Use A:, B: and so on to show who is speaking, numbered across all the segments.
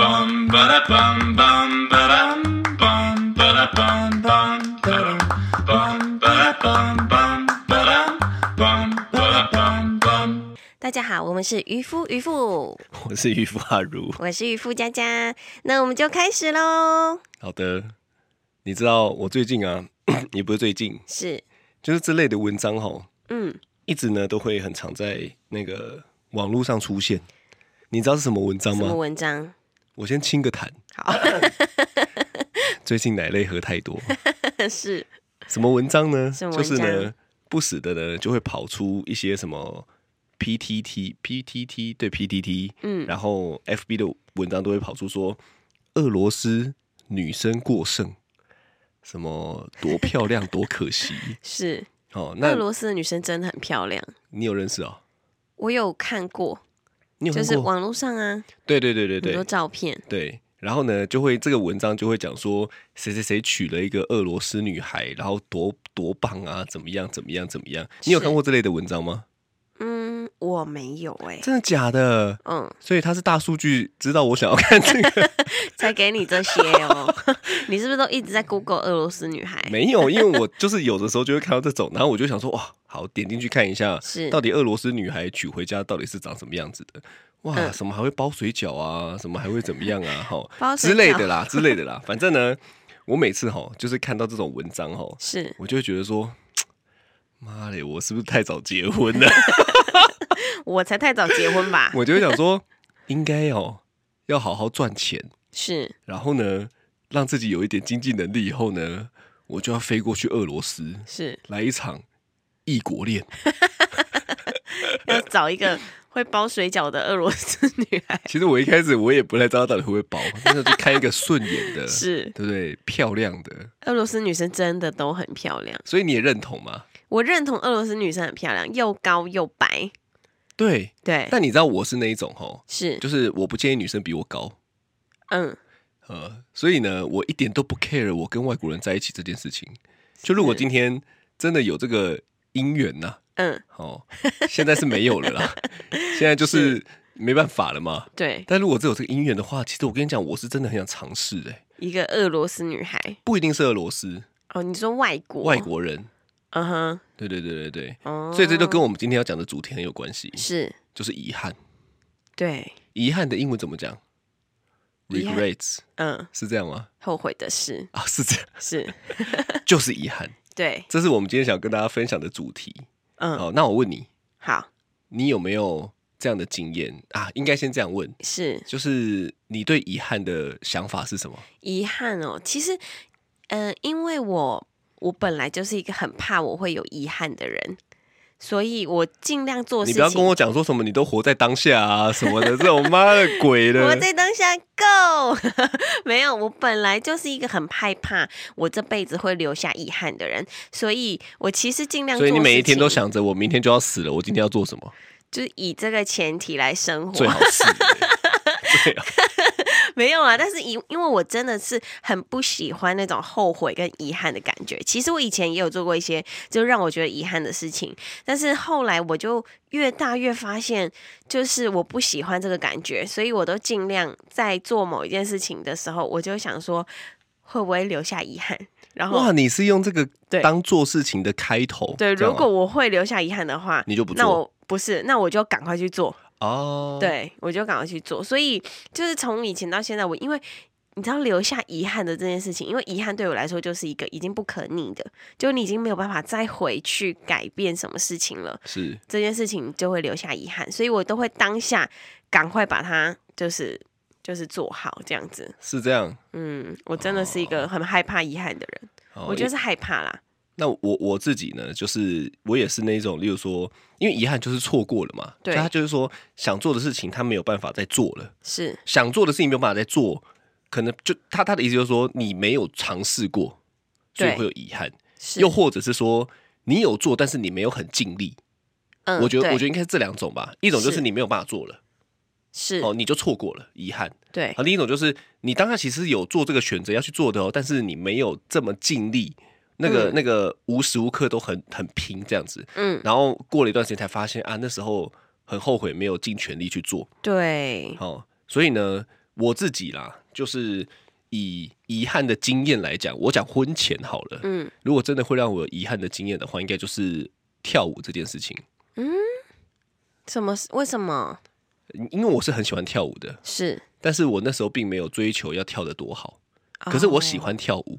A: bum ba da bum bum ba dum bum ba da bum bum ba dum bum ba da bum bum ba dum bum ba da bum bum.
B: 大家好，我们是渔夫渔妇，
C: 我是渔夫阿如。
B: 我是渔夫佳佳，那我们就开始喽。
C: 好的，你知道我最近啊，也不是最近，
B: 是，
C: 就是这类的文章吼，
B: 嗯，
C: 一直呢都会很常在那个网络上出现。你知道是什么文章
B: 什么
C: 吗？
B: 文章？
C: 我先清个痰。
B: 好，
C: 最近奶类喝太多，
B: 是
C: 什么文章呢？
B: 什么
C: 就
B: 文章
C: 是呢，不死的呢就会跑出一些什么 PTT、PTT 对 PTT，
B: 嗯
C: 然后 FB 的文章都会跑出说俄罗斯女生过剩，什么多 漂亮多可惜
B: 是，
C: 哦。
B: 俄
C: 那
B: 罗斯的女生真的很漂亮，
C: 你有认识哦？
B: 我有看过，
C: 你有
B: 就
C: 看
B: 是
C: 过？
B: 网络上啊，
C: 对对对对
B: 很多
C: 对
B: 照片，
C: 对。然后呢，就会这个文章就会讲说谁谁谁娶了一个俄罗斯女孩，然后多多棒啊，怎么样怎么样怎么样？你有
B: 是
C: 看过这类的文章吗？
B: 嗯，我没有哎、
C: 真的假的？
B: 嗯，
C: 所以他是大数据知道我想要看这个
B: 才给你这些哦，你是不是都一直在 Google 俄罗斯女孩？
C: 没有，因为我就是有的时候就会看到这种，然后我就想说哇，好点进去看一下，
B: 是
C: 到底俄罗斯女孩娶回家到底是长什么样子的？哇，
B: 嗯
C: 什么还会包水饺啊，什么还会怎么样 啊？
B: 包
C: 哈，
B: 水饺
C: 之类的啦，之类的啦。反 正呢，我每次哈就是看到这种文章哈，
B: 是
C: 我就会觉得说，妈嘞，我是不是太早结婚了？
B: 我才太早结婚吧？
C: 我就会想说，应该哦要好好赚钱，
B: 是
C: 然后呢，让自己有一点经济能力以后呢，我就要飞过去俄罗斯
B: 是，
C: 来一场异国恋，
B: 要找一个会包水饺的俄罗斯女孩。
C: 其实我一开始我也不太知道到底会不会包，但是就看一个顺眼 的，
B: 是
C: 对不对？漂亮的，
B: 俄罗斯女生真的都很漂亮，
C: 所以你也认同吗？
B: 我认同俄罗斯女生很漂亮，又高又白。
C: 对。
B: 对，
C: 但你知道我是那一种吼，
B: 是
C: 就是我不建议女生比我高，
B: 嗯，
C: 呃，所以呢，我一点都不 care 我跟外国人在一起这件事情。就如果
B: 是
C: 今天真的有这个姻缘呐、
B: 嗯，
C: 哦，现在是没有了啦，现在就是没办法了嘛。
B: 对，
C: 但如果只有这个姻缘的话，其实我跟你讲，我是真的很想尝试诶，
B: 一个俄罗斯女孩。
C: 不一定是俄罗斯
B: 哦，你说外国？
C: 外？国人，
B: 嗯哼，
C: 对对对对对，
B: 哦，
C: 所以这就跟我们今天要讲的主题很有关系，
B: 是
C: 就是遗憾。
B: 对，
C: 遗憾的英文怎么讲
B: 遗憾
C: ？Regrets
B: 嗯，
C: 是这样吗？
B: 后悔的事
C: 啊，是这样，
B: 是，
C: 就是遗憾。
B: 对，
C: 这是我们今天想跟大家分享的主题。
B: 嗯，
C: 好，那我问你，
B: 好，
C: 你有没有这样的经验啊？应该先这样问，
B: 是
C: 就是你对遗憾的想法是什么？
B: 遗憾哦。其实，嗯，因为我我本来就是一个很怕我会有遗憾的人，所以我尽量做
C: 你
B: 事
C: 不要跟
B: 情。
C: 我讲说什么你都活在当下啊什么的，这种妈的鬼
B: 我
C: 的。
B: 在当下 go，没 有，我本来就是一个很害怕我这辈子会留下遗憾的人，所以我其实尽量做
C: 所
B: 事
C: 以
B: 情。
C: 你每一天都想着我明天就要死了，我今天要做什么？
B: 就是以这个前提来生
C: 最
B: 活，
C: 好是，欸 最好
B: 没有啊啦。但是因因为我真的是很不喜欢那种后悔跟遗憾的感觉。其实我以前也有做过一些就让我觉得遗憾的事情，但是后来我就越大越发现，就是我不喜欢这个感觉，所以我都尽量在做某一件事情的时候，我就想说会不会留下遗憾。然后
C: 哇！你是用这个
B: 哦对
C: 当做事情的开头，
B: 对，
C: 这样
B: 如
C: 啊
B: 果我会留下遗憾的话，
C: 你就不做
B: 那我不是，那我就赶快去做。
C: 哦，，
B: 对，我就赶快去做。所以就是从以前到现在，我因为你知道留下遗憾的这件事情，因为遗憾对我来说就是一个已经不可逆的，就你已经没有办法再回去改变什么事情了，
C: 是
B: 这件事情就会留下遗憾，所以我都会当下赶快把它就是就是做好这样子。
C: 是这样。
B: 嗯，我真的是一个很害怕遗憾的人，
C: 哦
B: 我觉得是害怕啦。
C: 那我我自己呢，就是我也是那种，例如说，因为遗憾就是错过了嘛，
B: 对
C: 所以他就是说想做的事情他没有办法再做了，
B: 是
C: 想做的事情没有办法再做，可能就他他的意思就是说你没有尝试过，所以
B: 对
C: 会有遗憾，
B: 是，
C: 又或者是说你有做，但是你没有很尽力。
B: 嗯
C: 我觉得
B: 对
C: 我觉得应该是这两种吧，一种就是
B: 是
C: 你没有办法做了，
B: 是
C: 哦，你就错过了，遗憾；
B: 对
C: 啊，另一种就是你当下其实有做这个选择要去做的哦，但是你没有这么尽力，那个、
B: 嗯
C: 那个无时无刻都很很拼这样子，
B: 嗯
C: 然后过了一段时间才发现啊，那时候很后悔没有尽全力去做，
B: 对
C: 哦，所以呢，我自己啦，就是以遗憾的经验来讲，我讲婚前好了。
B: 嗯，
C: 如果真的会让我有遗憾的经验的话，应该就是跳舞这件事情，
B: 什么？为什么
C: 因为我是很喜欢跳舞的，
B: 是？
C: 但是我那时候并没有追求要跳得多好，可是我喜
B: 哦
C: 欢跳舞，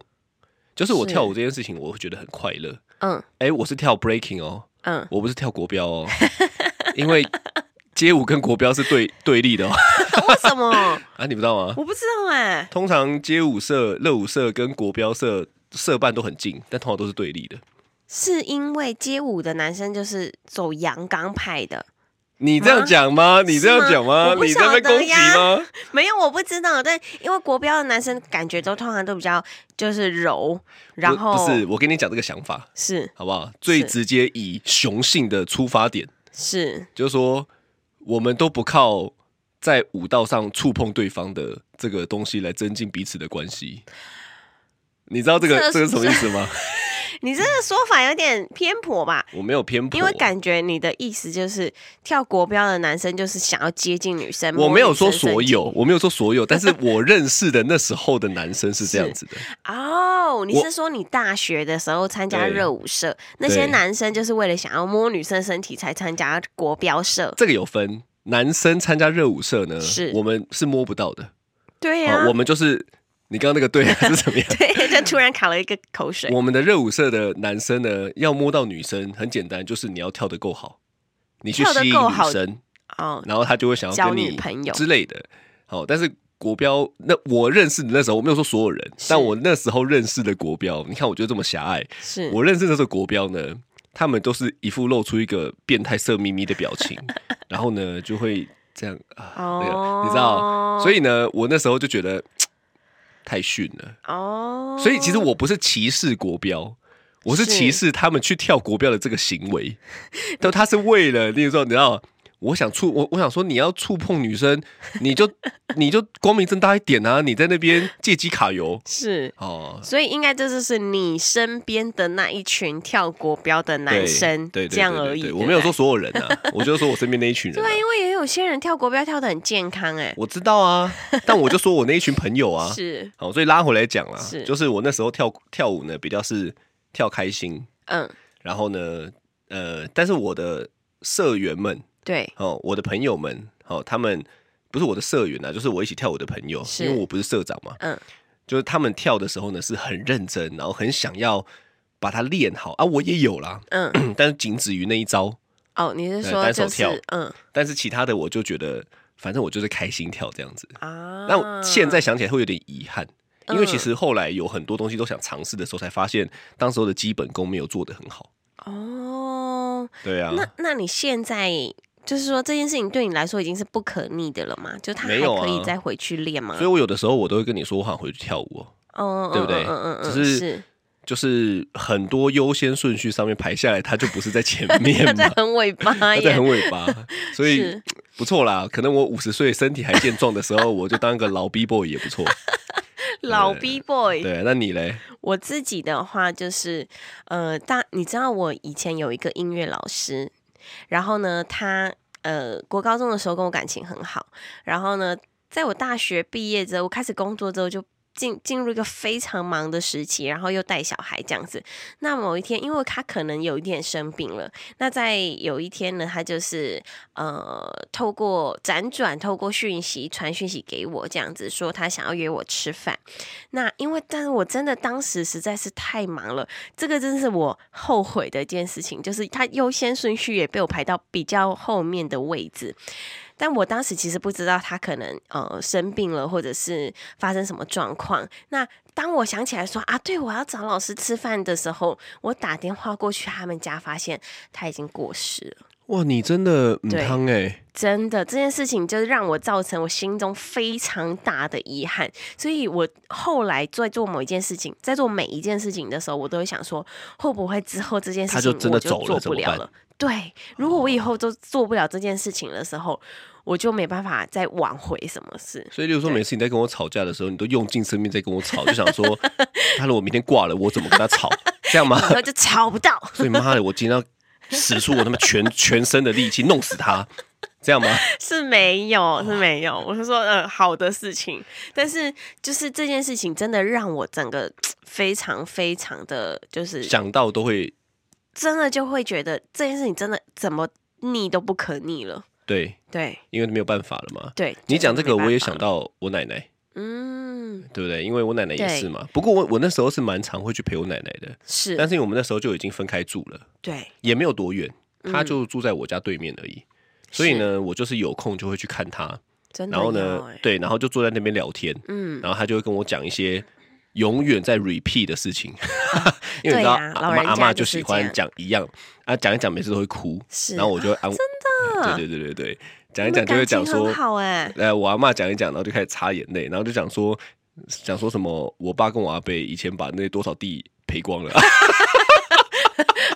C: 就是我
B: 是
C: 跳舞这件事情，我会觉得很快乐。
B: 哦，
C: 哎、我是跳 breaking 哦，
B: 嗯嗯，
C: 我不是跳国 标哦，因为街舞跟国标是对对立的哦。
B: 为什么？
C: 啊，你不知道吗？
B: 我不知道哎、
C: 通常街舞社、热舞社跟国标社社办都很近，但通常都是对立的。
B: 是因为街舞的男生就是走阳刚派的，
C: 你这样讲吗？你这样讲吗
B: 我？不
C: 你在
B: 晓
C: 被
B: 得
C: 攻击
B: 呀
C: 吗？
B: 没啊有我不知道，但因为国标的男生感觉都通常都比较就是柔，然
C: 我
B: 后
C: 不是，我跟你讲这个想法
B: 是
C: 好不好？最直接以雄性的出发点，
B: 是
C: 就是说我们都不靠在舞道上触碰对方的这个东西来增进彼此的关系。你知道这个
B: 这
C: 这个是什么意 思吗？
B: 你这个说法有点偏颇吧？
C: 我没有嗯偏颇，
B: 因为感觉你的意思就是跳国标的男生就是想要接近女生，
C: 我
B: 摸
C: 没有
B: 女
C: 说
B: 生
C: 所
B: 身体
C: 有，我没有说所有，但是我认识的那时候的男生是这样子的。
B: 哦。你
C: 我
B: 是说你大学的时候参加
C: 对
B: 热舞社，那些
C: 对
B: 男生就是为了想要摸女生身体才参加国标社？
C: 这个有分，男生参加热舞社呢，
B: 是
C: 我们是摸不到的，
B: 对呀、？
C: 啊，我们就是你刚刚那个对啊 还是怎么样
B: 对，就突然卡了一个口水。
C: 我们的热舞社的男生呢，要摸到女生很简单，就是你要跳得够好，你去
B: 跳得
C: 吸引
B: 够
C: 女
B: 好
C: 生，
B: 哦，
C: 然后他就会想要跟
B: 交
C: 你
B: 女朋友
C: 之类的。好，但是国标那我认识的那时候，我没有说所有人，但我那时候认识的国标，你看我就这么狭隘，
B: 是
C: 我认识的这个国标呢，他们都是一副露出一个变态色眯眯的表 情，然后呢就会这样啊，那个你知
B: 哦
C: 道，所以呢，我那时候就觉得太逊了。
B: 哦，
C: 所以其实我不是歧视国标，我是
B: 是
C: 歧视他们去跳国标的这个行为。都他是为了，例如说，你知道，我想触我我想说，你要触碰女生，你就你就光明正大一点啊！你在那边借机卡油
B: 是。
C: 哦，
B: 所以应该这就是你身边的那一群跳国标的男
C: 对
B: 生，
C: 对对
B: 这样
C: 对对
B: 而已。
C: 对
B: 对
C: 我没有
B: 不对
C: 说，所有人啊，我就说我身边那一群人、啊。
B: 对，因为也有些人跳国标跳的很健康、哎，
C: 我知道啊，但我就说我那一群朋友啊，
B: 是，
C: 好，所以拉回来讲啦啊
B: 是，
C: 就是我那时候跳跳舞呢，比较是跳开心，
B: 嗯，
C: 然后呢，呃，但是我的社员们
B: 对，
C: 哦，我的朋友们哦，他们不是我的社员啊，就是我一起跳舞的朋友，
B: 是
C: 因为我不是社长嘛，
B: 嗯，
C: 就是他们跳的时候呢是很认真，然后很想要把它练好啊，我也有啦，
B: 嗯，
C: 但是仅止于那一招，
B: 哦，你是
C: 对
B: 说
C: 单手
B: 就是
C: 跳，
B: 嗯
C: 但是其他的我就觉得，反正我就是开心跳这样子。
B: 啊，
C: 那我现在想起来会有点遗憾，因为
B: 嗯
C: 其实后来有很多东西都想尝试的时候，才发现当时候的基本功没有做得很好。
B: 哦，
C: 对啊，
B: 那那你现在就是说这件事情对你来说已经是不可逆的了嘛？就他还
C: 没有啊
B: 可以再回去练吗？
C: 所以我有的时候我都会跟你说，我想回去跳舞、哦，
B: 哦，
C: 对不对
B: 嗯嗯嗯，
C: 只
B: 嗯
C: 是
B: 是
C: 就是很多优先顺序上面排下来，它就不是在前 面
B: 他在
C: 嘛，
B: 很尾 巴
C: 它在
B: 耶
C: 很，尾 巴，所以
B: 是
C: 不错啦。可能我五十岁身体还健壮的时候，我就当个老 B boy 也 不错。
B: 老
C: 对
B: B boy。
C: 对，啊那你嘞？
B: 我自己的话就是，呃，大你知道我以前有一个音乐老师，然后呢，他呃国高中的时候跟我感情很好，然后呢，在我大学毕业之后，我开始工作之后就。进进入一个非常忙的时期，然后又带小孩这样子。那某一天，因为他可能有一点生病了，那在有一天呢，他就是呃，透过辗转，透过讯息传讯息给我，这样子说他想要约我吃饭。那因为，但是我真的当时实在是太忙了，这个真是我后悔的一件事情，就是它优先顺序也被我排到比较后面的位置。但我当时其实不知道他可能呃生病了，或者是发生什么状况。那当我想起来说啊，对我要找老师吃饭的时候，我打电话过去他们家，发现他已经过世了。
C: 哇，你真的嗯
B: 对
C: 汤哎，
B: 真的，这件事情就是让我造成我心中非常大的遗憾，所以我后来在做某一件事情，在做每一件事情的时候，我都会想说，会不会之后这件事情
C: 他就真的
B: 我就
C: 走了
B: 做
C: 怎
B: 不
C: 么
B: 了
C: 办
B: 了？对，如果我以后都做不了这件事情的时候，我就没办法再挽回什么事。
C: 所以，例如说，每次你在跟我吵架的时候，你都用尽生命在跟我吵，就想说，他如果明天挂了，我怎么跟他吵？这样吗？
B: 然后就吵不到，
C: 所以，妈的，我今天要使出我他妈全全身的力气弄死他，这样吗？
B: 是没有，是没有。我是说，呃，好的事情，但是就是这件事情真的让我整个非常非常的，就是
C: 想到都会
B: 真的就会觉得这件事情真的怎么逆都不可逆了。
C: 对，
B: 对
C: 因为没有办法了嘛。
B: 对，
C: 你讲这个，我也想
B: 到。
C: 到我奶奶，
B: 嗯，
C: 对不对？因为我奶奶也
B: 对
C: 是嘛。不过我我那时候是蛮常会去陪我奶奶的，
B: 是，
C: 但是因为我们那时候就已经分开住了，
B: 对，
C: 也没有多远，
B: 嗯
C: 她就住在我家对面而已。所以呢，我就是有空就会去看她，
B: 真的
C: 然
B: 要欸。
C: 后呢，对，然后就坐在那边聊天，
B: 嗯，
C: 然后她就会跟我讲一些。永远在 repeat 的事 情，因为你知道
B: 对啊
C: 阿
B: 老
C: 妈
B: 人
C: 阿
B: 家
C: 妈
B: 就
C: 就是喜
B: 这
C: 欢
B: 样
C: 讲一样啊，讲一讲每次都会哭，
B: 是，啊
C: 然后我就会安，
B: 真的
C: 对对对对对，讲一
B: 你
C: 讲
B: 们
C: 就会
B: 感
C: 讲
B: 情
C: 说
B: 很，好 哎，
C: 呃，我阿嬷讲一讲，然后就开始擦眼泪，然后就讲说，讲说什么，我爸跟我阿伯以前把那多少地赔光了，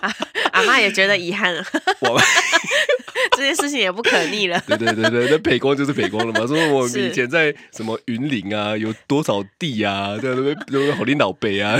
C: 啊
B: 阿妈也觉得遗憾了，
C: 我爸，。
B: 这件事情也不可逆了
C: 对对对对，那赔光就是赔光了嘛。说我
B: 是
C: 以前在什么云林啊，有多少地啊，在那边有好领导杯啊，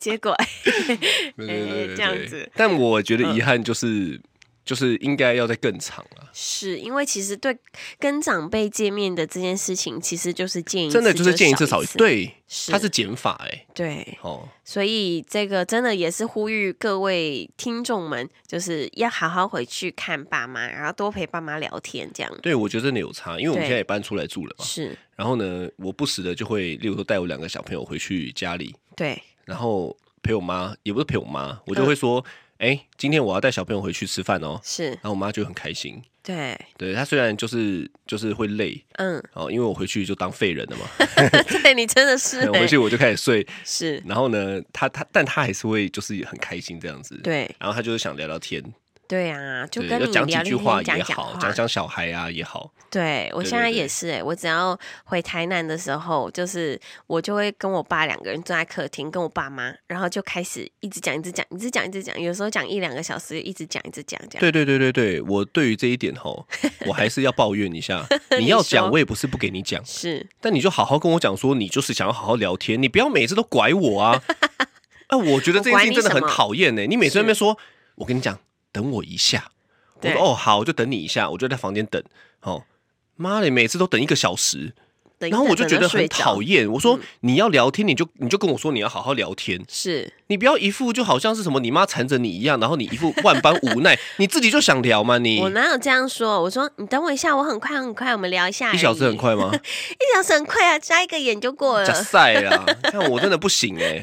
B: 结果，
C: 对对对对
B: 哎这样
C: 对
B: 子嗯
C: 但我觉得遗憾就是，就是应该要再更长啊，
B: 是因为其实对跟长辈见面的这件事情，其实就是见一次
C: 真的就是见一次
B: 少
C: 少一
B: 次，
C: 对，
B: 是
C: 它是减法哎、
B: 对，
C: 哦，
B: 所以这个真的也是呼吁各位听众们，就是要好好回去看爸妈，然后多陪爸妈聊天，这样
C: 对我觉得真的有差，因为我们
B: 对
C: 现在也搬出来住了嘛，
B: 是
C: 然后呢，我不时的就会，例如说带我两个小朋友回去家里，
B: 对，
C: 然后陪我妈，也不是陪我妈，
B: 嗯
C: 我就会说，哎、今天我要带小朋友回去吃饭哦。
B: 是
C: 然后我妈就很开心，
B: 对，
C: 对她虽然就是就是会累，
B: 嗯，
C: 哦，因为我回去就当废人了嘛，
B: 对你真的是
C: 回
B: 欸
C: 去哎我就开始睡，
B: 是，
C: 然后呢，她她但她还是会就是很开心这样子，，
B: 对
C: 然后她就是想聊聊天，
B: 对啊，就
C: 对，
B: 跟
C: 要
B: 你聊
C: 讲几
B: 聊
C: 句
B: 天
C: 话
B: 讲
C: 也好，讲
B: 话。
C: 讲小孩啊也好，
B: 对我
C: 对
B: 现
C: 对
B: 在
C: 对
B: 也是哎，我只要回台南的时候，就是我就会跟我爸两个人坐在客厅，跟我爸妈，然后就开始一直讲，一直讲，一直讲，一直讲，有时候讲一两个小时，一直讲，一直讲，这样。
C: 对对对对对，我对于这一点吼，我还是要抱怨 一下，你要讲
B: 说
C: 我也不是不给你讲，
B: 是，
C: 但你就好好跟我讲说，你就是想要好好聊天，你不要每次都拐我啊！哎、我觉得这件事情真的很讨厌欸呢。你每次在那边说，我跟你讲，等我一下，我
B: 对
C: 说哦好，我就等你一下，我就在房间等。哦，妈的，每次都等一个小时，
B: 然
C: 然后我就觉得很
B: 厌。
C: 讨厌。我说你要聊天，你就你就跟我说你要好好聊天，
B: 是，
C: 你不要一副就好像是什么你妈缠着你一样，然后你一副万般无奈，你自己就想聊吗？你
B: 我哪有这样说？我说你等我一下，我很快很快，我们聊一下。
C: 一小时很，快吗？
B: 一小时很快啊，眨一个眼就过
C: 假
B: 了。
C: 赛啦，看我真的不行哎、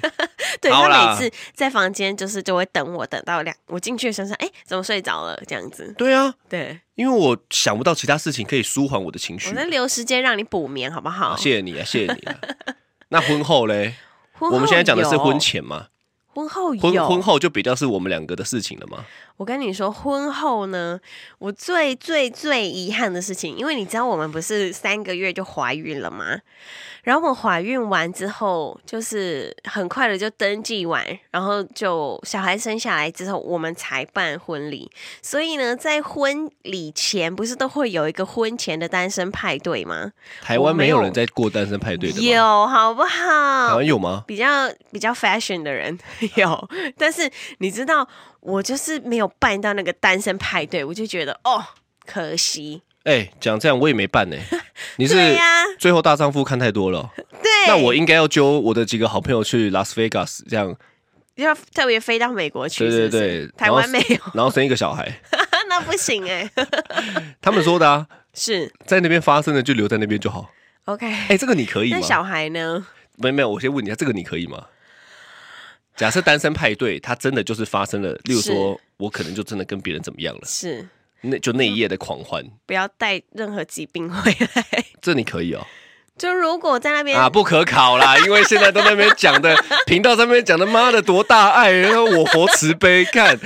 B: 对
C: 好
B: 他
C: 啦
B: 每次在房间就是就会等我，等到两我进去的时候说，哎、怎么睡着了？这样子。
C: 对啊。
B: 对，
C: 因为我想不到其他事情可以舒缓我的情绪
B: 我。在留时间让你补眠，好不好？
C: 啊谢谢你啊，谢谢你啊。 那婚后嘞？
B: 婚后
C: 我们现在讲的是
B: 有
C: 婚，前嘛，
B: 婚后有
C: 婚婚后就比较是我们两个的事情了嘛。
B: 我跟你说，婚后呢，我最最最遗憾的事情，因为你知道我们不是三个月就怀孕了吗？然后我们怀孕完之后，就是很快的就登记完，然后就小孩生下来之后，我们才办婚礼。所以呢，在婚礼前不是都会有一个婚前的单身派对吗？
C: 台湾没有
B: 我没有
C: 人在过单身派对的吗？
B: 有好不
C: 台
B: 好
C: 湾？有吗？
B: 比较比较 fashion 的人 有，但是你知道，我就是没有办到那个单身派对，我就觉得哦，可惜。
C: 哎，讲这样我也 没办呢。你是
B: 对呀、
C: 最后大丈夫看太多了哦，
B: 对，
C: 那我应该要揪我的几个好朋友去拉斯维加斯，这样
B: 要特别飞到美国去
C: 对
B: 是
C: 对
B: 不是，
C: 对，
B: 台湾没
C: 然后
B: 有，
C: 然后生一个小孩，
B: 那不行哎、
C: 他们说的啊，
B: 是
C: 在那边发生的就留在那边就好。
B: OK。
C: 哎，这个你可以
B: 那
C: 吗？
B: 小孩呢？
C: 没没有，我先问你一下，这个你可以吗？假设单身派对，它真的就是发生了，例如说，我可能就真的跟别人怎么样了，
B: 是
C: 那就那一夜的狂欢，
B: 不要带任何疾病回来。
C: 这你可以哦、
B: 就如果在那边、
C: 啊，不可考 啦，因为现在都在那边讲的频道上面讲的，妈的多大爱，然后我活慈悲，看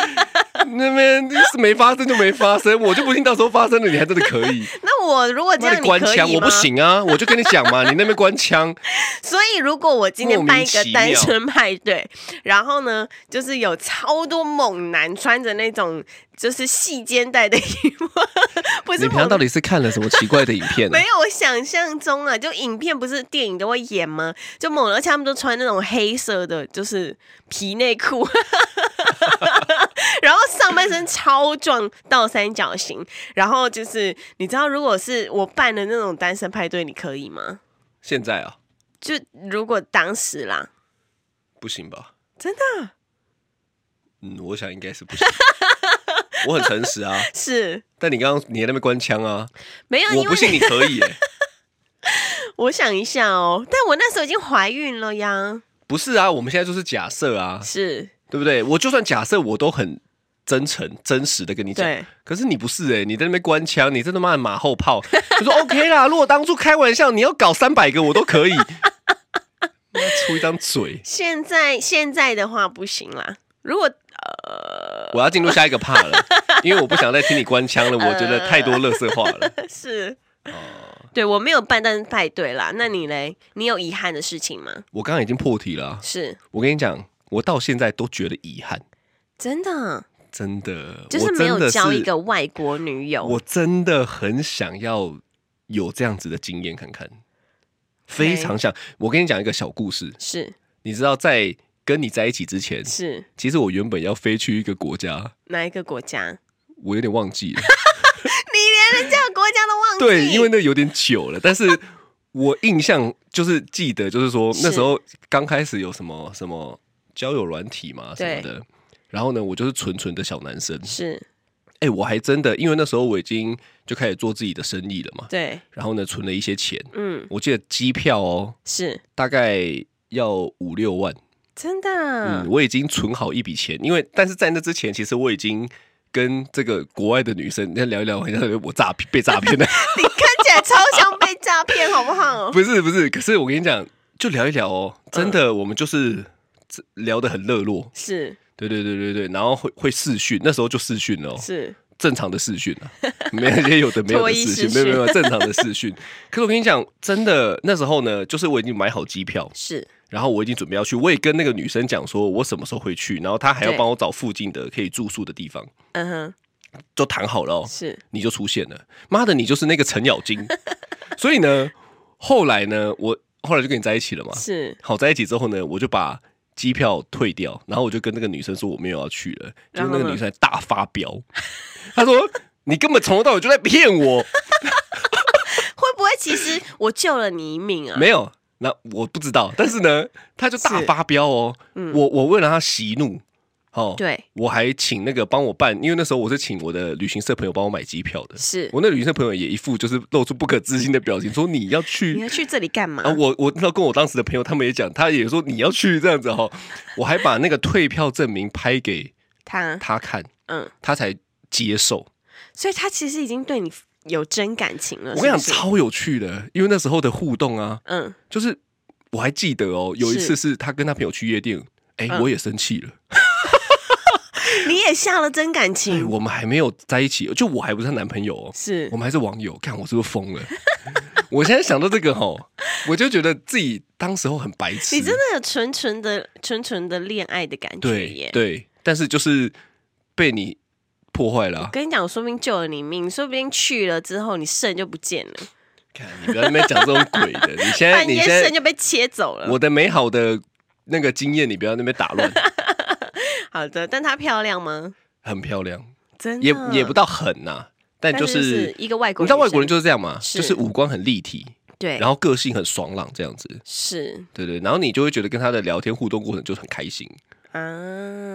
C: 那边是没发生就没发生，我就不信到时候发生了，你还真的 可以，
B: 那我如果这
C: 妈
B: 样，
C: 的
B: 你
C: 官
B: 可
C: 腔，
B: 以
C: 我
B: 吗？
C: 不。行啊，我就跟你讲嘛，你那边 官腔，
B: 所以，如果我今天办一个
C: 莫
B: 单
C: 名其
B: 身派对， 然后呢，就是有超多猛男穿着那种就是细肩带的衣服， 不
C: 你
B: 是
C: 平常
B: 猛
C: 到底是看了什么奇怪的影片、啊
B: 没？有我想象中啊，就影片不是电影都会演吗？就猛，而且他们都穿那种黑色的，就是皮内裤， 然后上半身超壮倒三角形，然后就是你知道，如果是我办的那种单身派对，你可以吗？
C: 现在啊，
B: 就如果当时啦，
C: 不行吧？
B: 真的
C: 嗯，我想应该是不行。 我很诚实啊，
B: 是
C: 但你刚刚你在那边关枪啊，
B: 没有，
C: 我
B: 因
C: 不信
B: 为
C: 你可以、欸。
B: 我想一下哦，但我那时候已经怀孕了呀，
C: 不是啊，我们现在就是假设啊，
B: 是
C: 对不对？我就算假设，我都很真诚、真实的跟你讲。
B: 对，
C: 可是你不是哎、你在那边官腔，你真他妈的马后炮。 就说 OK 啦，如果当初开玩笑，你要搞三百个我都可以。 妈出一张嘴，
B: 现在现在的话不行啦，如果 呃
C: 我要进入下一个怕了，因为我不想再听你官 腔了，
B: 呃
C: 我觉得太多乐色话了。
B: 是。
C: 哦
B: 对，我没有办单身派对啦。那你嘞？你有遗憾的事情吗？
C: 我刚刚已经破题了啊、
B: 是
C: 我跟你讲，我到现在都觉得遗憾，
B: 真的，
C: 真的，
B: 就是
C: 我
B: 没
C: 真
B: 有
C: 的
B: 交一
C: 是
B: 个外国女友
C: 我。真的很想要有这样子的经验看看，非常想。我跟你讲一个小故事，
B: 是
C: 你知道，在跟你在一起之前，
B: 是
C: 其实我原本要飞去一个国家，
B: 哪一个国家？
C: 我有点忘 记了，
B: 你连人家的国家都忘记？
C: 对，因为那有点久了，但是。我印象就是记得，就是说
B: 是
C: 那时候刚开始有什么什么交友软体嘛什么的，然后呢，我就是纯纯的小男生，
B: 是
C: 哎、我还真的，因为那时候我已经就开始做自己的生意了嘛，
B: 对，
C: 然后呢，存了一些钱，
B: 嗯，
C: 我记得机票哦，
B: 是
C: 大概要五六万。
B: 真
C: 嗯，
B: 的。
C: 我已经存好一笔钱，因为但是在那之前，其实我已经跟这个国外的女生在聊一聊，好像我诈骗被诈骗的，
B: 你看起来超像被诈骗，好不好？
C: 不是不是。可是我跟你讲，就聊一聊哦，真的，我们就是这聊得很热络，
B: 是
C: 对对对对对，然后会会视讯，那时候就视讯了哦，
B: 是，
C: 正常的视讯啊， 没有一些有的没有
B: 脱
C: 的
B: 衣
C: 视
B: 视
C: 讯，没
B: 讯
C: 有没有没有正常的视讯。 可是我跟你讲，真的那时候呢，就是我已经买好机票，
B: 是
C: 然后我已经准备要去，我也跟那个女生讲说我什么时候会去，然后她还要
B: 对
C: 帮我找附近的可以住宿的地方，
B: 嗯哼，
C: 都谈好了、 哦，
B: 是
C: 你就出现了。妈的，你就是那个程咬金。所以呢，后来呢，我后来就跟你在一起了嘛。
B: 是
C: 好，在一起之后呢，我就把机票退掉，然后我就跟那个女生说我没有要去了，就
B: 然后
C: 那
B: 呢
C: 个女生还大发飙， 她说你根本从头到尾就在骗我，
B: 会不会其 实我救了你一命啊？
C: 没有。那我不知道，但是呢，她就大
B: 是嗯
C: 发飙哦。我我为了她息怒，哦，
B: 对，
C: 我还请那个帮我办，因为那时候我是请我的旅行社朋友帮我买机票的。
B: 是
C: 我那旅行社朋友也一副就是露出不可置信的表情，说你要
B: 你
C: 去
B: 要去这里干嘛
C: 啊？？我我那跟我当时的朋友他们也讲，他也说你要去这样子哦。我还把那个退票证明拍给
B: 他
C: 他看，
B: 嗯，
C: 他才接受。
B: 所以他其实已经对你有真感情了。
C: 我跟你讲
B: 呃是不是
C: 超有趣的，因为那时候的互动啊，
B: 嗯，
C: 就是我还记得哦，有一次是他跟他朋友去夜店，哎，
B: 嗯
C: 我也生气了，
B: 你也下了真感
C: 哎，
B: 情，
C: 我们还没有在一起，哦就我还不是她男朋友哦，
B: 嗯是
C: 我们还是网友，看我是不是疯了？ 我现在想到这个吼，我就觉得自己当时候很白痴，
B: 你真的有纯纯的、纯纯的恋爱的感觉
C: 对
B: 耶。
C: 对，但是就是被你破坏了啊、
B: 我跟你讲，我说不定救了你命，说不定去了之后你肾就不见了，
C: 看你不要在那边讲这种鬼的，你现在
B: 半
C: 哎你
B: 夜肾
C: 现在
B: 就被切走了。
C: 我的美好的那个经验，你不要在那边打 乱，
B: 好的，但她漂亮吗？
C: 很漂亮，
B: 真的
C: 也也不，到很呐、但
B: 但
C: 就是
B: 就是一个外国
C: 你知道
B: 女生
C: 外国人就是这样嘛，
B: 是哎
C: 就是五官很立体，
B: 对，
C: 然后个性很爽朗这样子，
B: 是
C: 对对，然后你就会觉得跟他的聊天互动过程就是很开心，
B: 啊，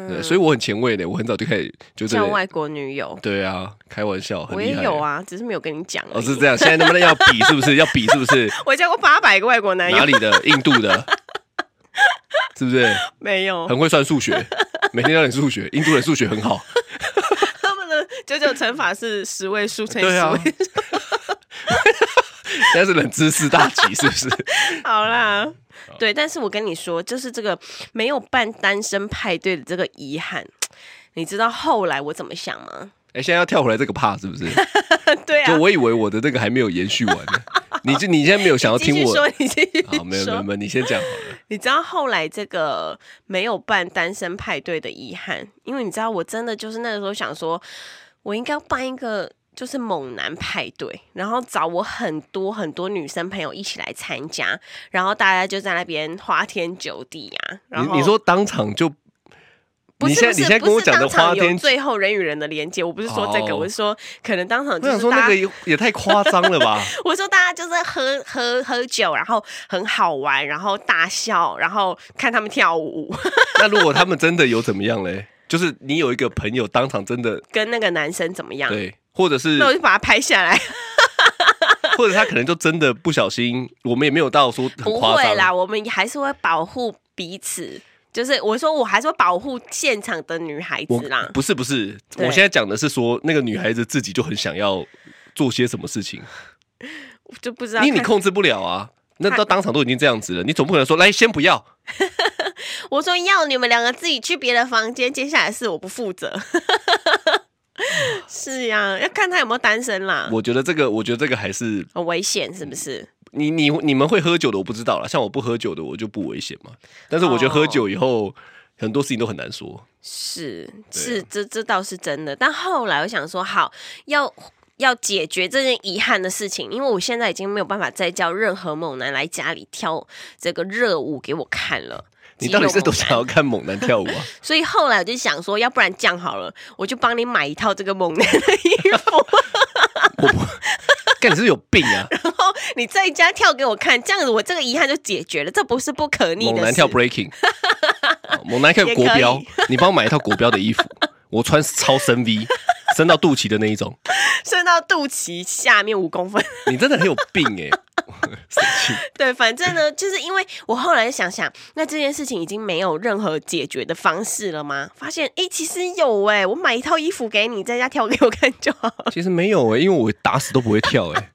C: 对，所以我很前卫的，我很早就开始就这
B: 叫外国女友，
C: 对啊，开玩笑，很
B: 我
C: 厉
B: 也
C: 害。
B: 有，啊，只是没有跟你讲。
C: 哦，是这，样。现在能不能要比？是不是要比？是不 是
B: 我交过八百个外国男友
C: 哪，里的？印度的，是不是
B: 没有，
C: 很会算数学？每天要点数学，印度人数学很好。
B: 他们的九九乘法是十位数乘以
C: 对
B: 十
C: 啊
B: 位。，
C: 现在是冷知识大集，是不是？
B: 好啦，对，但是我跟你说，就是这个没有办单身派对的这个遗憾，你知道后来我怎么想吗？
C: 哎，现在要跳回来这个怕，是不是？
B: 对啊
C: 就，我以为我的这个还没有延续完呢。你这你现在没有想要
B: 继
C: 听
B: 续
C: 我？
B: 说，你继续
C: 好，没有没有
B: 说。
C: 没有，你先讲好了。
B: 你知道后来这个没有办单身派对的遗憾，因为你知道我真的就是那个时候想说，我应该要办一个。就是猛男派对，然后找我很多很多女生朋友一起来参加，然后大家就在那边花天酒地啊。然后
C: 你你说当场就
B: 不
C: 你
B: 是
C: 现在
B: 不
C: 你现在
B: 是
C: 跟
B: 不
C: 我
B: 是
C: 讲的
B: 当
C: 花
B: 场有
C: 天，
B: 最后人与人的连接，我不是说这个，
C: 哦
B: 我是说可能当场
C: 我
B: 就
C: 想
B: 是
C: 说
B: 大
C: 那
B: 家
C: 个也也太夸张了吧？
B: 我说大家就是喝喝喝酒，然后很好玩，然后大笑，然后看他们跳舞，
C: 那如果他们真的有怎么样嘞？就是你有一个朋友当场真的
B: 跟那个男生怎么样？
C: 对，或者是
B: 那我就把它拍下来。
C: 或者他可能就真的不小心，我们也没有到说很
B: 不
C: 夸
B: 会啦，
C: 张。
B: 我们还是会保护彼此。就是我说，我还是会保护现场的女孩
C: 我
B: 子啦。
C: 不是不是，
B: 对
C: 我现在讲的是说那个女孩子自己就很想要做些什么事情，
B: 我就不知道
C: 因
B: 看，
C: 为你控制不了啊。那到当场都已经这样子了，你总不可能说来先不要，
B: 我说要你们两个自己去别的房间，接下来是我不负责。 是呀、要看他有没有单身啦，
C: 嗯我觉得这个，我觉得这个还是
B: 很危险是不是？
C: 你你你们会喝酒的，我不知道啦。像我不喝酒的，我就不危险嘛。但是我觉得
B: 哦
C: 喝酒以后、很多事情都很难说。
B: 是
C: 对
B: 是，
C: 啊
B: 这这倒是真的。但后来我想说，好要。要解决这件遗憾的事情，因为我现在已经没有办法再叫任何猛男来家里跳这个热舞给我看了。
C: 你到底是
B: 肌肉
C: 多
B: 猛
C: 想
B: 男
C: 要看猛男跳舞啊？
B: 所以后来我就想说，要不然这样好了，我就帮你买一套这个猛男的衣服，
C: 我不， 干你是不是有病啊！
B: 然后你在家跳给我看，这样子我这个遗憾就解决了，这不是不可逆的事。
C: 猛男跳 breaking，哦猛男跳国标
B: 也，
C: 你帮我买一套国标的衣服，我穿超深 V，深到肚脐的那一种。
B: 伸到肚脐下面五公分。
C: 你真的很有病哎、生气。
B: 对，反正呢，就是因为我后来想想，那这件事情已经没有任何解决的方式了吗？发现诶，其实有诶，我买一套衣服给你，在家跳给我看就好 了。
C: 其实没有哎、因为我打死都不会跳哎、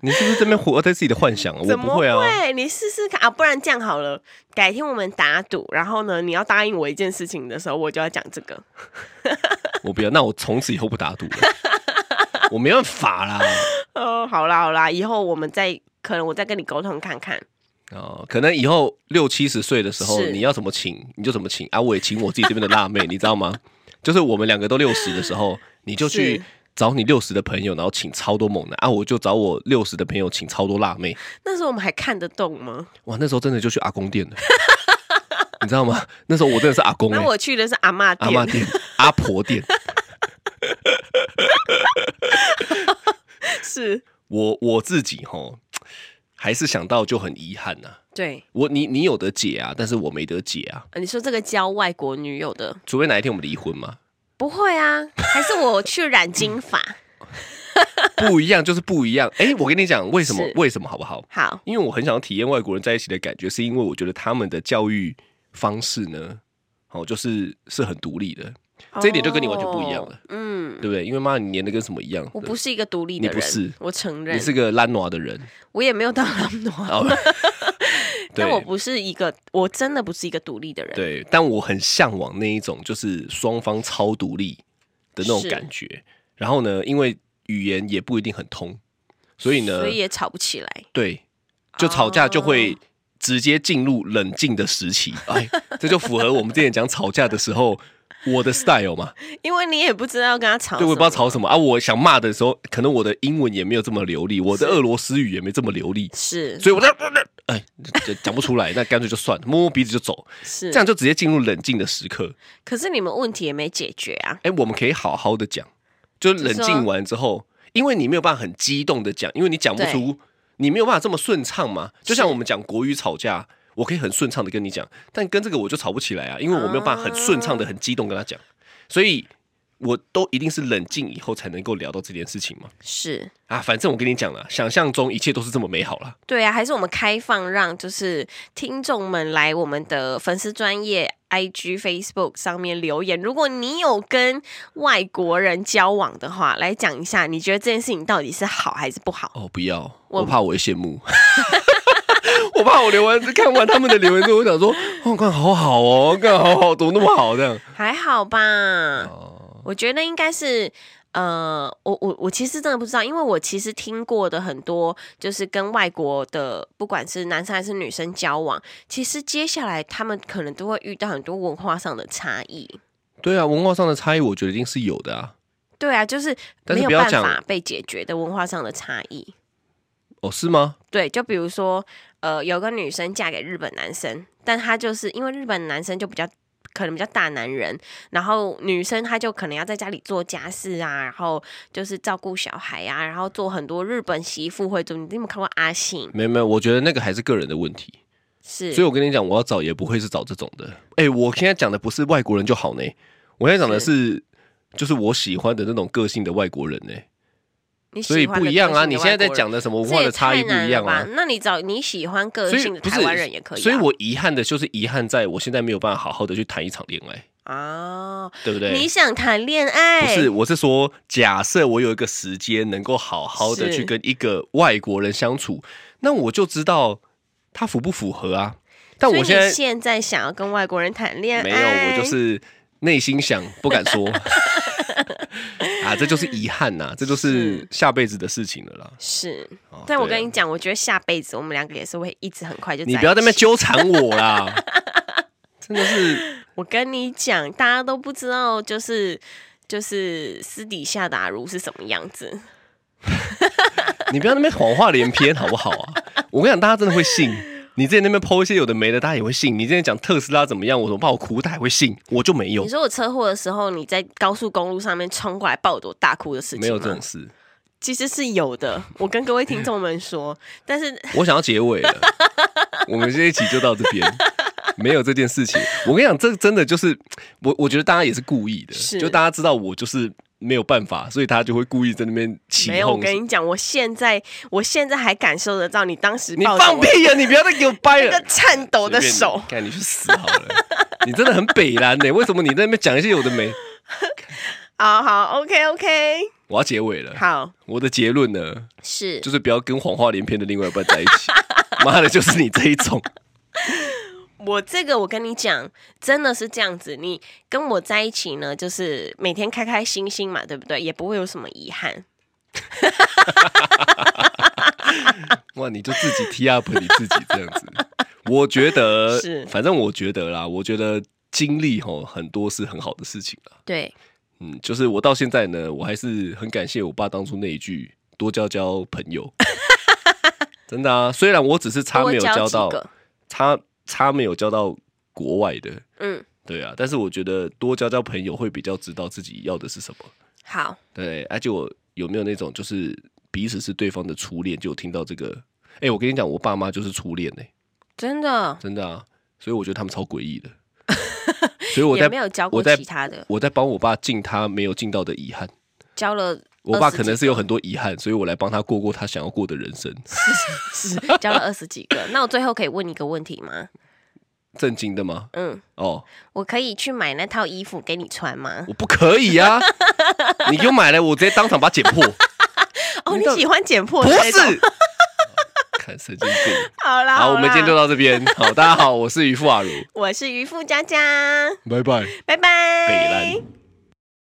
C: 你是不是这边活在自己的幻想啊？我
B: 怎么
C: 不会啊。
B: 你试试看啊！不然这样好了，改天我们打赌，然后呢，你要答应我一件事情的时候，我就要讲这个。
C: 我不要，那我从此以后不打赌了。 我没办法啦，
B: 哦，好啦好啦，以后我们再可能我再跟你沟通看看。
C: 哦，可能以后六七十岁的时候，
B: 是
C: 你要怎么请你就怎么请啊，我也请我自己这边的辣妹，你知道吗？就是我们两个都六十的时候，你就去
B: 是
C: 找你六十的朋友，然后请超多猛男啊，我就找我六十的朋友请超多辣妹，
B: 那时候我们还看得动吗？
C: 哇，那时候真的就去阿公店了， 你知道吗？那时候我真的是阿公、欸，
B: 那我去的是阿嬷
C: 阿
B: 店，
C: 妈店、阿婆店，
B: 是
C: 我我自己吼，还是想到就很遗憾呐、
B: 对。
C: 我你你有得解啊，但是我没得解啊，
B: 呃你说这个交外国女友的
C: 除非哪一天我们离婚嘛，
B: 不会啊？还是我去染金发？
C: 不一样就是不一样。哎、我跟你讲，为什么
B: 是
C: 为什么好不好？
B: 好，
C: 因为我很想要体验外国人在一起的感觉，是因为我觉得他们的教育方式呢，哦，就是是很独立
B: 嗯
C: 的，这一点就跟你完全不一样了
B: 哦嗯，
C: 对不对？因为妈，你黏的跟什么一样？
B: 我不是一个独立的
C: 你
B: 人，
C: 不是
B: 我承
C: 对，
B: 认，
C: 你是个懒惰的人。
B: 我也没有到那么多，
C: 哦 对
B: 但我不是一个，我真的不是一个独立的人。
C: 对，但我很向往那一种就是双方超独立的那种
B: 是
C: 感觉。然后呢，因为语言也不一定很通，所以呢，
B: 所以也吵不起来。
C: 对，就吵架就会直接进入冷静的时期。哎，这就符合我们之前讲吵架的时候。我的 style 嘛，
B: 因为你也不知道要跟他吵，
C: 对，我也不知道吵。什么啊。我想骂的时候，可能我的英文也没有这么流利，我的
B: 是
C: 俄罗斯语也没这么流利，
B: 是
C: 所以我在，哎，就讲不出来，那干脆就算了，摸摸鼻子就走，
B: 是
C: 这样，就直接进入冷静的时刻。
B: 可是你们问题也没解决啊。
C: 哎、我们可以好好的讲，就是冷静完之后，因为你没有办法很激动的讲，因为你讲不出，你没有办法这么顺畅嘛。就像我们讲国语吵架，我可以很顺畅的跟你讲，但跟这个我就吵不起来啊，因为我没有办法很顺畅的、很激动跟他讲，所以我都一定是冷静以后才能够聊到这件事情嘛。
B: 是
C: 啊，反正我跟你讲了，想象中一切都是这么美好了。
B: 对啊，还是我们开放让就是听众们来我们的粉丝专业 IG、Facebook 上面留言。如果你有跟外国人交往的话，来讲一下，你觉得这件事情到底是好还是不好？
C: 哦，不要，
B: 我
C: 我怕我会羡慕。 我怕我留完看完他们的留言之后，我想说，哦，看好好哦，看好好，怎么那么好这样？
B: 还好吧，
C: 哦，
B: 我觉得应该是。呃，我我我其实真的不知道，因为我其实听过的很多，就是跟外国的，不管是男生还是女生交往，其实接下来他们可能都会遇到很多文化上的差异。
C: 对啊，文化上的差异，我觉得一定是有的啊。
B: 对啊，就是
C: 但
B: 没
C: 是
B: 有
C: 不要
B: 办
C: 讲
B: 法被解决的文化上的差异。
C: 哦，是吗？
B: 对，就比如说，呃，有个女生嫁给日本男生，但她就是因为日本男生就比较。可能比较大男人，然后女生她就可能要在家里做家事啊，然后就是照顾小孩啊，然后做很多日本媳妇会做。你有没有看过阿信？
C: 没有没有，我觉得那个还是个人的问题。
B: 是，
C: 所以我跟你讲，我要找也不会是找这种的。哎、我现在讲的不是外国人就好呢，我现在讲的是就是我喜欢的那种个性的外国人呢，
B: 你
C: 所以
B: 喜欢
C: 不
B: 的
C: 一样
B: 个
C: 啊。
B: 性的
C: 你现在
B: 外
C: 在
B: 国人
C: 讲的什么文
B: 这
C: 化
B: 也
C: 的差异
B: 太
C: 不
B: 难
C: 一样
B: 了
C: 啊
B: 吧？？那你找你喜欢个
C: 所以
B: 性的
C: 不
B: 台
C: 是
B: 湾人也可以啊、
C: 所以我遗憾的就是遗憾在我现在没有办法好好的去谈一场恋爱，
B: 啊、
C: 对不对？
B: 你想谈恋爱？
C: 不是，我是说，假设我有一个时间能够好好的
B: 是
C: 去跟一个外国人相处，那我就知道他符不符合啊。但
B: 所以
C: 我
B: 你
C: 现在
B: 现哎在想要跟外国人谈恋爱，
C: 没有，我就是内心想，不敢 说啊，这就是遗憾呐、这就是
B: 是
C: 下辈子的事情了啦。
B: 是。
C: 哦
B: 但我
C: 对啊
B: 跟你讲，我觉得下辈子我们两个也是会一直很快就
C: 你
B: 在
C: 不要
B: 一
C: 在那边
B: 起
C: 纠缠我啦，真的是
B: 我跟你讲，大家都不知道，就是就是私底下的阿如是什么样子。
C: 你不要那边谎话连篇好不好啊？我跟你讲，大家真的会信。你之前那边剖一些有的没的，大家也会信。你之前讲特斯拉怎么样，我怎么怕我哭，大家也会信，我就没有
B: 你。说我车祸的时候，你在高速公路上面冲过来抱着我大哭的事情吗
C: 没有这种事。
B: 其实是有的。我跟各位听众们说，但是
C: 我想要结 尾了，我们这一期就到这边，没有这件事情。我跟你讲，这真的就是我，我觉得大家也是故意的，
B: 是
C: 就大家知道我就是没有办法，所以他就会故意在那边起
B: 没有，我
C: 哄。
B: 跟你讲，我现在我现在还感受得到你当时
C: 你
B: 抱着
C: 放
B: 我
C: 屁啊呀、你不要再给我掰
B: 那
C: 了
B: 个。颤抖的手。
C: 看你去死好了！你真的很北蓝呢、为什么你在那边讲一些有的没？
B: 好好，OK OK，
C: 我要结尾了。
B: 好，
C: 我的结论呢，
B: 是
C: 就是不要跟谎话连篇的另外一半在一起。妈的，就是你这一种，
B: 我这个，我跟你讲，真的是这样子。你跟我在一起呢，就是每天开开心心嘛，对不对？也不会有什么遗憾。
C: 哇！你就自己 T up 你自己这样 子。我觉得
B: 是
C: 反正我觉得啦，我觉得经历吼很多是很好的事情啦。
B: 对，
C: 嗯，就是我到现在呢，我还是很感谢我爸当初那一句“多交交朋友” 。真的啊，虽然我只是差
B: 多
C: 没有交
B: 几
C: 到，
B: 个，
C: 差差没有交到国外的，
B: 嗯，
C: 对啊，但是我觉得多交交朋友会比较知道自己要的是什么。
B: 好，
C: 对，而且我有没有那种就是彼此是对方的初恋，就有听到这个？哎、我跟你讲，我爸妈就是初恋呢、
B: 真的
C: 真的啊，所以我觉得他们超诡异 的。所以我
B: 也
C: 在
B: 没有教
C: 我
B: 过
C: 在
B: 其他的，
C: 我在帮我爸尽他没有尽到的遗憾。
B: 教 了
C: 我爸
B: 20
C: 可能是有很多遗憾，所以我来帮他过过他想要过的人生。
B: 是教了二十几个。那我最后可以问你一个问题吗？
C: 震惊的吗？
B: 嗯，
C: 哦，
B: 我可以去买那套衣服给你穿吗？
C: 我不可以啊！你给我买来，我直接当场把它剪 破。
B: 哦，
C: 你
B: 你
C: 到
B: 喜欢剪破
C: 不
B: 的那种？
C: 是，看神经病。
B: 好啦，
C: 好，我们今天就
B: 啦
C: 到这边。好，大家好，我是渔夫阿如，
B: 我是渔夫佳佳，
C: 拜拜。
B: 拜拜。
C: 北兰